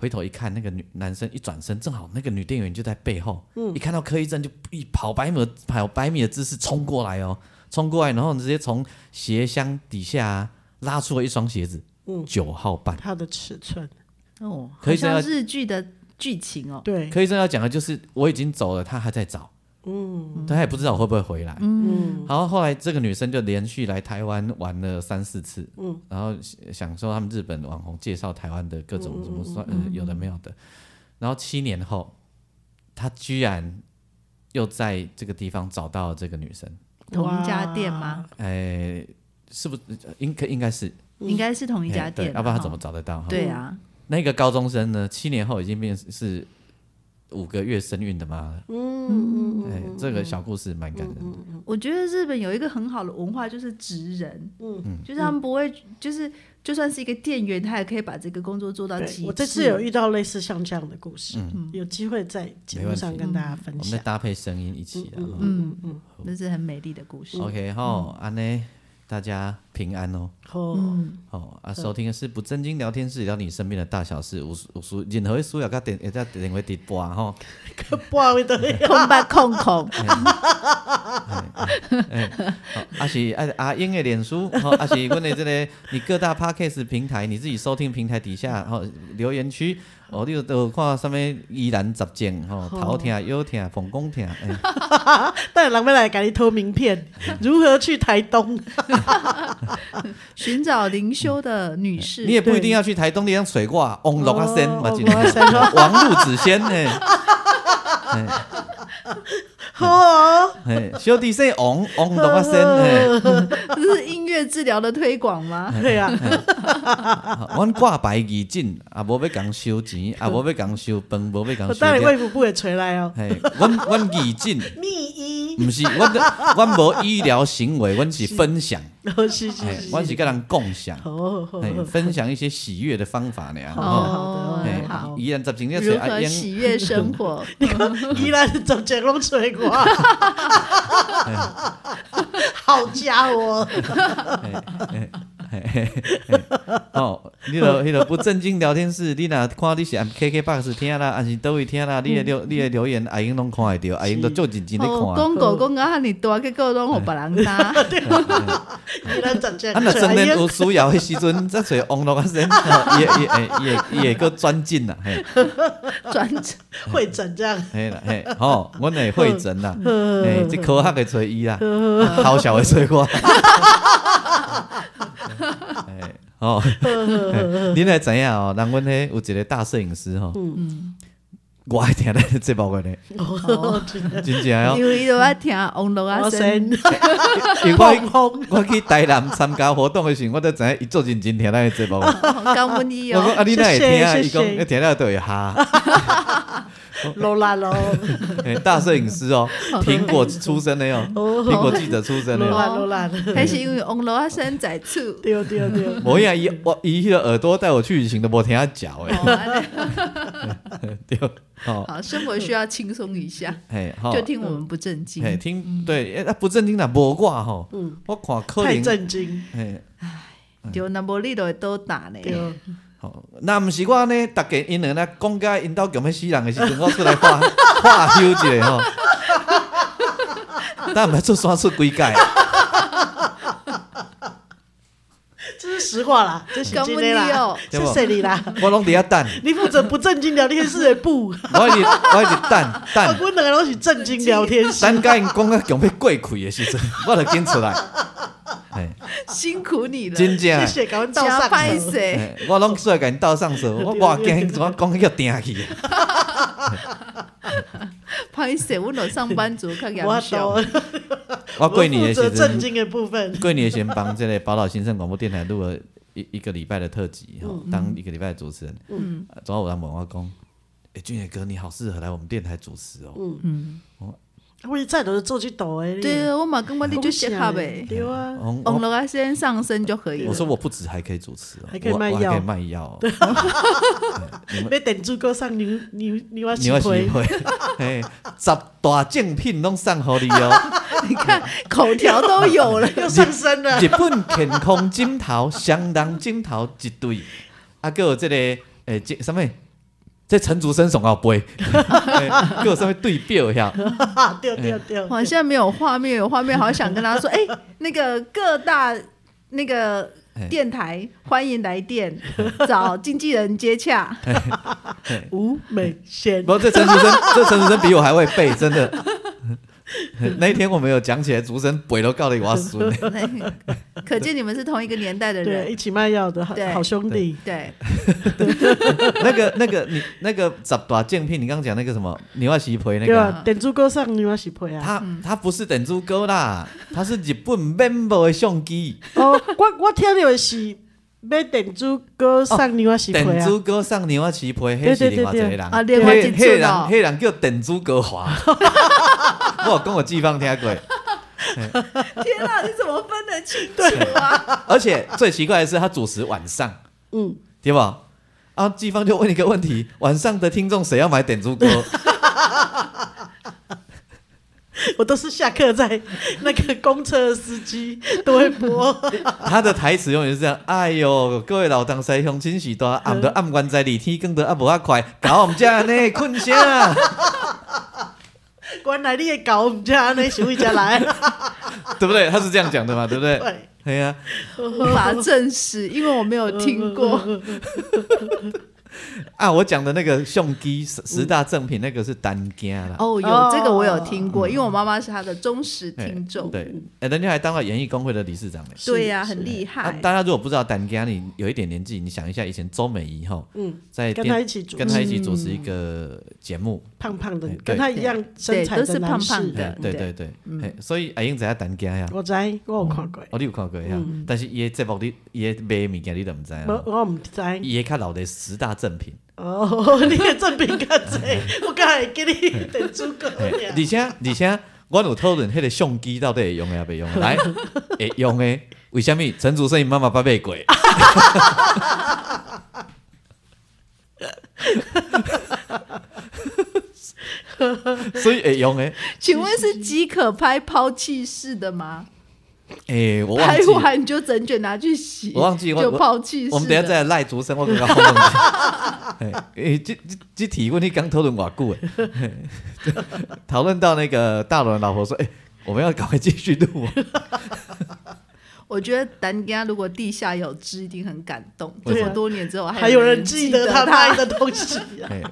A: 回头一看，那个女男生一转身，正好那个女店员就在背后，一看到柯一正就一跑百米的跑百米的姿势冲过来哦，冲过来，然后直接从鞋箱底下啊、拉出了一双鞋子，九、号半。
B: 它的尺寸，
C: 哦，好
A: 可以这样
C: 像日剧的剧情哦。
B: 对，
A: 柯医生要讲的就是，我已经走了，他还在找，嗯，他也不知道我会不会回来，嗯，然后后来这个女生就连续来台湾玩了三四次，嗯，然后享受他们日本网红介绍台湾的各种什么酸、呃、有的没有的，然后七年后，他居然又在这个地方找到了这个女生，
C: 同一家店吗？
A: 哎，是不是应可应该是
B: 嗯
C: 应该是同一家
A: 哎对
C: 店，啊
A: 要不然他怎
C: 哈
A: 么？找得到？哈
C: 对啊，
A: 那个高中生呢，七年后已经变是五个月身孕的妈了。嗯嗯哎，这个小故事蛮感人的。
B: 嗯
C: 我觉得日本有一个很好的文化，就是职人，嗯，就是他们不会，就是就算是一个店员，他也可以把这个工作做到
B: 对
C: 极致。
B: 我这次有遇到类似像这样的故事，
C: 嗯
B: 有机会在节目上跟大家分
A: 我们再
B: 享。嗯
A: 搭配声音一起啊。
C: 嗯 嗯嗯，这是很美丽的故事。
A: OK 哈，安呢，大家平安哦。
B: 哦，
C: 嗯
A: 哦啊，收听的是不正经聊天室，聊你身边的大小事，无无数任何的需要甲电，会在电话直播啊吼。
B: 不好意思，
C: 空吧空空，
A: 哦 啊是啊阿英的脸书，吼啊是阮的这个你各大 podcast 平台，你自己收听平台底下吼留言区，哦你有都有看上面依然杂件吼，头
B: 哦
A: 听、腰听、风公听，哎
B: 但狼狈来赶紧偷名 片，如何去台东？
C: 寻找灵修的女士，
A: 你也不一定要去台东，你用水挂翁龙阿仙
B: 哦
A: 嘛，真
B: 王龙阿仙
A: 的王路子仙呢。
B: 好哦，
A: 嘿小弟说王王龙阿仙 呢，
C: 这是音乐治疗的推广 吗？
B: 对呀，
C: 哎
A: 啊阮挂牌义诊，啊无要讲收钱，啊无要讲收饭，无要讲
B: 我
A: 收
B: 当然
A: 料
B: 卫福部也垂来哦，
A: 嘿，阮阮义诊。
B: 密医，
A: 毋是，阮阮无医疗行为，阮是分享，
B: 哦，是是
A: 哎
B: 是，，
A: 阮是跟人共享，
B: 哦，哦
A: 哎，分享一些喜悦的方法呢。
B: 哦
A: 吼
B: 好的
A: 哎
B: 哦
C: 好，，
A: 依然十情要
C: 如
A: 找阿
C: 何
A: 英，
C: 喜悦生 活？
B: 依然是怎讲拢吹 过，哎好家伙，
A: 哦，你著迄个不正经聊天室，你若看你是按 KKBox 听啦，还是倒位听啦，你的留你的留言，阿英拢看会到，阿英都足认真咧
C: 哦，
A: 看。啊
C: 公
B: 嗯
C: 狗公狗和你多，结果拢互别 人搭。
B: 依然怎讲
A: 啊，？若
B: 哎
A: 真的有需要的时阵，再找网络啊先，吼伊会伊会伊会伊会个转进啦，嘿。
C: 转
B: 会怎这样？
A: 嘿啦，嘿，吼，阮会会诊 啦，
B: 嗯
A: 嘿，即科学会找伊啦，好笑会找 我。嘿哦，恁会知影哦，人阮迄有一个大摄影师吼，
B: 嗯
A: 我爱听咱的节目个呢，
B: 哦，
A: 真正 哦，
C: 因为伊都爱听王龙阿
B: 哇
C: 生，
B: 神，
A: 因为
B: 碰轰，
A: 我我去台南参加活动的时候，我都知影伊做认真听咱的 节目。
C: 刚问你
A: 我讲
C: 哦，
A: 啊，你哪会听啊？
B: 谢谢
A: 伊讲
B: 谢谢
A: 你听了都会哈。
B: 罗啦喽，
A: 嘿大摄影 师哦，苹果出身的哦，
B: 哦
A: 苹果记者出身的
B: 罗
A: 哦。
B: 啦罗啦，
C: 还是因为王龙阿生在 厝。
B: 丢丢 丢，
A: 无影伊我伊迄个耳朵带我去旅行都无听他讲诶，
C: 哦安尼
A: 对，吼，
C: 好，生活需要轻松一下，
A: 嘿，吼
C: 就，嗯听我们不正经。
A: 哦嘿，听对，诶啊不正经啦，无我吼，
C: 嗯
A: 我看可
B: 太
A: 能，
B: 震惊，
A: 嘿，
C: 对，那无你就会倒打呢。
B: 丢，
A: 吼，那毋是我呢，逐家因两呢讲甲因兜强要死人诶时阵，我出来画 画休一下吼， 但毋捌出山出几届，
B: 这是实话啦，这是
C: 刚
B: 真
C: 问
B: 的
C: 你
B: 啦，
C: 哦，
B: 是谁你啦？
A: 我拢伫遐等，
B: 你负责不正经聊天室的不？
A: 我一直我一直等
B: 我
A: 等，
B: 们两个都是正经聊天室，
A: 等甲因讲甲强要过气诶时阵， 我就紧出来，嘿，
C: 辛苦你了，
A: 真正
B: 谢
A: 的。
B: 谢，赶快到
C: 加
B: 上
C: 拍
B: 手。
C: 谁？
A: 欸我拢出来甲因斗上手，我我惊迄阵我讲迄叫定去，啊
C: 拍谁？我老上班族较
B: 我
C: 严
B: 懂
C: 重，，
A: 我过年的
B: 负责
A: 时
B: 正
A: 阵，
B: 经的部分，
A: 过年的时阵帮这个宝岛新生广播电台录了一一个礼拜的特辑，
B: 嗯
A: 吼，当一个礼拜的主持人，嗯，昨晚有人问我讲，诶，俊野哥你好适合来我们电台主持哦，
B: 我一再都是做去抖哎。
C: 对，我嘛感觉你就适合呗。
B: 对啊，
A: 我
C: 网
A: 我
C: 络啊，先上升就可以了。
A: 哦我说我不止还可以主持哦，
B: 还可以
A: 我
B: 卖
A: 我还可
B: 药
A: 以卖 药哦，
B: 要等住哥上牛牛嗯牛啊
A: 你
B: 洗
A: 要
B: 灰
A: 喜，欢， 嘿，十大精品拢送互你哦，
C: 你看口条都有了，
B: 又上升了。
A: 日本健康枕头、双人枕头一对，啊，还有这个诶，这什么？这陈竹生上后 背，嘿还有什么对表呀？
B: 啊，对对对，
C: 好像没有画面，有画面好想跟他说，哎，那个各大那个电台欢迎来电，找经纪人接洽。
B: 吴美贤
A: 不，这陈竹生，这陈竹生比我还会背，真的。 那一天我们有讲起来，竹生背都告你我孙，
C: 可见你们是同一个年代的
B: 对，啊
C: 人
B: 一。起卖药的好
C: 对
B: 好兄弟，
C: 对，
A: 那个那个你那个十大竞品，你刚刚讲那个什么牛蛙洗皮
B: 对
A: 那个
B: 吧
A: 啊，？
B: 等住哥上牛啊洗灰啊。
A: 他他不是等猪哥啦，他是日本 member 的相机，
B: 哦，我我听到的是要等住哥上牛啊洗灰
A: 等
B: 啊。
A: 猪哥上牛蛙洗皮，
B: 对
A: 迄
B: 对
A: 是
B: 对
A: 另外一个
B: 对
A: 人。
C: 啊，另外一
A: 迄
C: 次
A: 人
C: 哦，
A: 迄人叫电子歌华， 我有跟我季芳听过，
C: 天哪，你怎么分得清楚啊？
A: 而且最奇怪的是他主持晚上，
B: 嗯，
A: 对吧？啊，季芳就问一个问 题：晚上的听众谁要买点猪歌？
B: 我都是下课在那个公车的司机都会播。
A: 他的台词永远是这样：哎哟，各位老当师兄，真是大，暗
B: 嗯
A: 得暗关在里天光得暗无啊快，搞我们家呢困 啊啥？
B: 原来你也搞我们家那行为家来，
A: 对不对？他是这样讲的嘛，对不对？
B: 对，
A: 对呀、
C: 无法证实，因为我没有听过。
A: 啊，我讲的那个相机十十大正品那个是单家啦。
C: 哦，
B: 哦
C: 有这个我有听过，因为我妈妈是他的忠实听众。
A: 对，哎、人家还当了演艺工会的理事长呢。
C: 对呀，
B: 是
C: 很厉
A: 啊
C: 害。
A: 大家如果不知道单家，你有一点年纪，你想一下，以前周美仪哈，
B: 嗯，
A: 在
B: 跟
A: 电
B: 他一起主
A: 跟
B: 持
A: 他一起主持一个节目，
B: 胖胖的
A: 对，
B: 跟他一样身材
C: 对
B: 的男士
C: 都是胖胖
A: 哎
C: 的
A: 对对对，哎所以阿英知影单家呀，
B: 嗯我知，我有看过，
A: 哦，你有看过呀？但是伊的节目你伊的卖物件你都不知啊
B: 我，我唔知。
A: 伊的较老的十大正品，
B: 哦，你的正品较济，我刚才给你等诸葛
A: 嘿
B: 亮
A: 而。且而且，我有讨论迄个相机到底会用的还袂用的，来会用的，为什么陈竹生因妈妈捌买过？所以会用的，
C: 请问是即可拍抛弃式的吗？
A: 诶、我忘
C: 拍
A: 记了。
C: 完就整卷拿去洗，
A: 我忘记我
C: 就抛弃式的。
A: 我们等一下再来赖竹生，我刚刚忘记。诶、欸，这这这题问题刚讨论偌久诶，嘿讨论到那个大伦老婆说：“诶、我们要赶快继续录、哦。
C: 我觉得丹家如果地下有知，一定很感动。
A: 为
C: 这
A: 什么
C: 么多年之后，
B: 还有
C: 有
B: 人
C: 记
B: 记得他卖
C: 他。
B: 的东西啊！
A: 嘿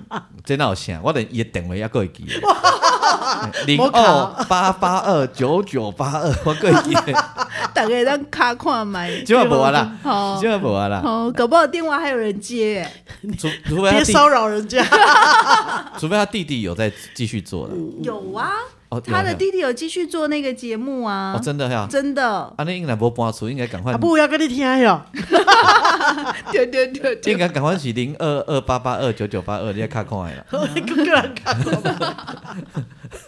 A: 真闹想，我连伊的电话还会记得。零
B: 没
A: 二
B: 考
A: 八八二九九八二，我还会记得。
C: 大概让卡看买，
A: 今晚无啊啦，
C: 好
A: 今晚无啊啦，
C: 好，搞不好电话还有人接耶。
A: 除除非他
B: 别
A: 弟，
B: 骚扰人家，
A: 除非他弟弟有在继续做了。
C: 有啊，
A: 哦，
C: 他的
A: 有
C: 弟弟有继续做那个节目啊，
A: 哦，真的呀。
C: 真的，
A: 啊，那应该无搬出，应该赶快
B: 阿。布要跟你听哟。
C: 对对对
A: 应
C: 对，
A: 该赶快是零二二八八二九九八二，你要看看的啦。
B: 我个人看过吧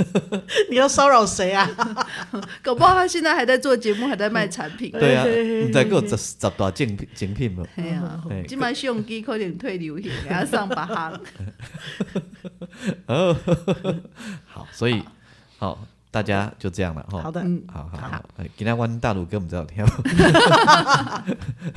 B: 你要骚扰谁啊？
C: 搞不好他现在还在做节目，还在卖产品。
A: 对啊，你再给我十十大精品精品无？
C: 哎 呀
A: 哎，
C: 今晚用机可能退流行，然后上把 行。
A: 哦，好，所以好，大家就这样了哈。
B: 好的，
C: 嗯，
A: 好好
C: 好
A: 好，哎今天阮大陆哥唔知道有听无。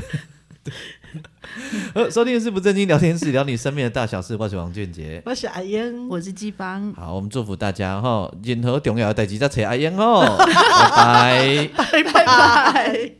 A: 呃，收听的是不正经聊天室，聊你身边的大小事。我是王俊杰。
B: 我是阿英，
C: 我是季芳，
A: 好，我们祝福大家哈，任何重要的代志再找阿英哦，拜
B: 拜
A: 拜。
C: 拜拜。